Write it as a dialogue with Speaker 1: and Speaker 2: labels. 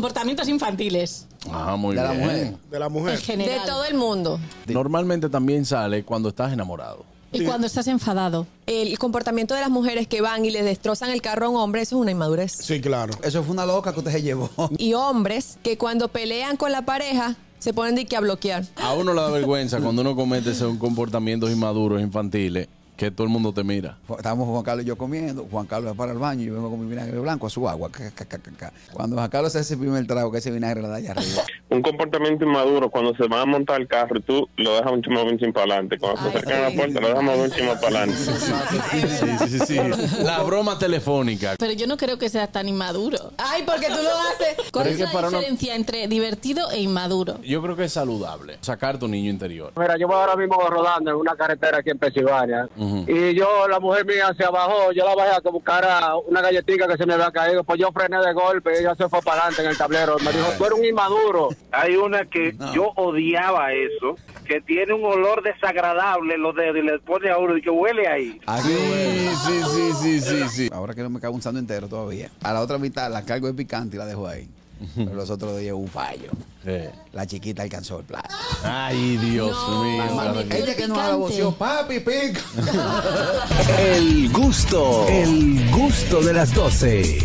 Speaker 1: comportamientos infantiles.
Speaker 2: Ah, muy
Speaker 3: De la
Speaker 2: bien.
Speaker 3: mujer.
Speaker 4: de la mujer.
Speaker 1: En general.
Speaker 5: De todo el mundo.
Speaker 2: Normalmente también sale cuando estás enamorado.
Speaker 1: Y cuando estás enfadado.
Speaker 5: El comportamiento de las mujeres que van y les destrozan el carro a un hombre, eso es una inmadurez.
Speaker 4: Sí, claro.
Speaker 3: Eso fue una loca que usted se llevó.
Speaker 5: Y hombres que cuando pelean con la pareja se ponen de que a bloquear.
Speaker 2: A uno le da vergüenza cuando uno comete esos comportamientos inmaduros, infantiles, que todo el mundo te mira.
Speaker 3: Estábamos Juan Carlos y yo comiendo. Juan Carlos va para el baño y yo vengo con mi vinagre blanco a su agua. Ca, ca, ca, ca, ca. Cuando Juan Carlos se hace el primer trago, que ese vinagre la da allá arriba.
Speaker 6: un comportamiento inmaduro cuando se van a montar el carro y tú lo dejas un chimo un para adelante. Cuando se
Speaker 5: Ay,
Speaker 6: acercan a
Speaker 5: sí.
Speaker 6: la puerta, lo dejamos un chimo para adelante.
Speaker 2: Ah, Sí, sí, sí. La broma telefónica.
Speaker 1: Pero yo no creo que seas tan inmaduro. Ay, porque tú lo haces. ¿Cuál
Speaker 2: Pero es
Speaker 1: es
Speaker 2: que
Speaker 1: la
Speaker 2: para una-
Speaker 1: diferencia entre divertido e inmaduro?
Speaker 2: Yo creo que es saludable sacar tu niño interior.
Speaker 7: Mira, yo voy ahora mismo rodando en una carretera aquí en Pensilvania. Y yo, la mujer mía se abajó, yo la bajé a buscar a una galletita que se me había caído. Pues yo frené de golpe y ella se fue para adelante en el tablero. Me dijo, tú eres un inmaduro.
Speaker 8: Hay una que yo odiaba eso, que tiene un olor desagradable los dedos y le pone a uno y que huele ahí.
Speaker 3: Aquí,
Speaker 2: Sí, sí, sí, sí, sí, sí.
Speaker 3: Ahora que no me cago un sándwich entero todavía. A la otra mitad la cargo de picante y la dejo ahí. Pero los otros días un fallo.
Speaker 2: Eh.
Speaker 3: La chiquita alcanzó el plato.
Speaker 2: Ay, Dios mío.
Speaker 3: Ella que nos aboció, papi, pica.
Speaker 9: El gusto, el gusto de las 12.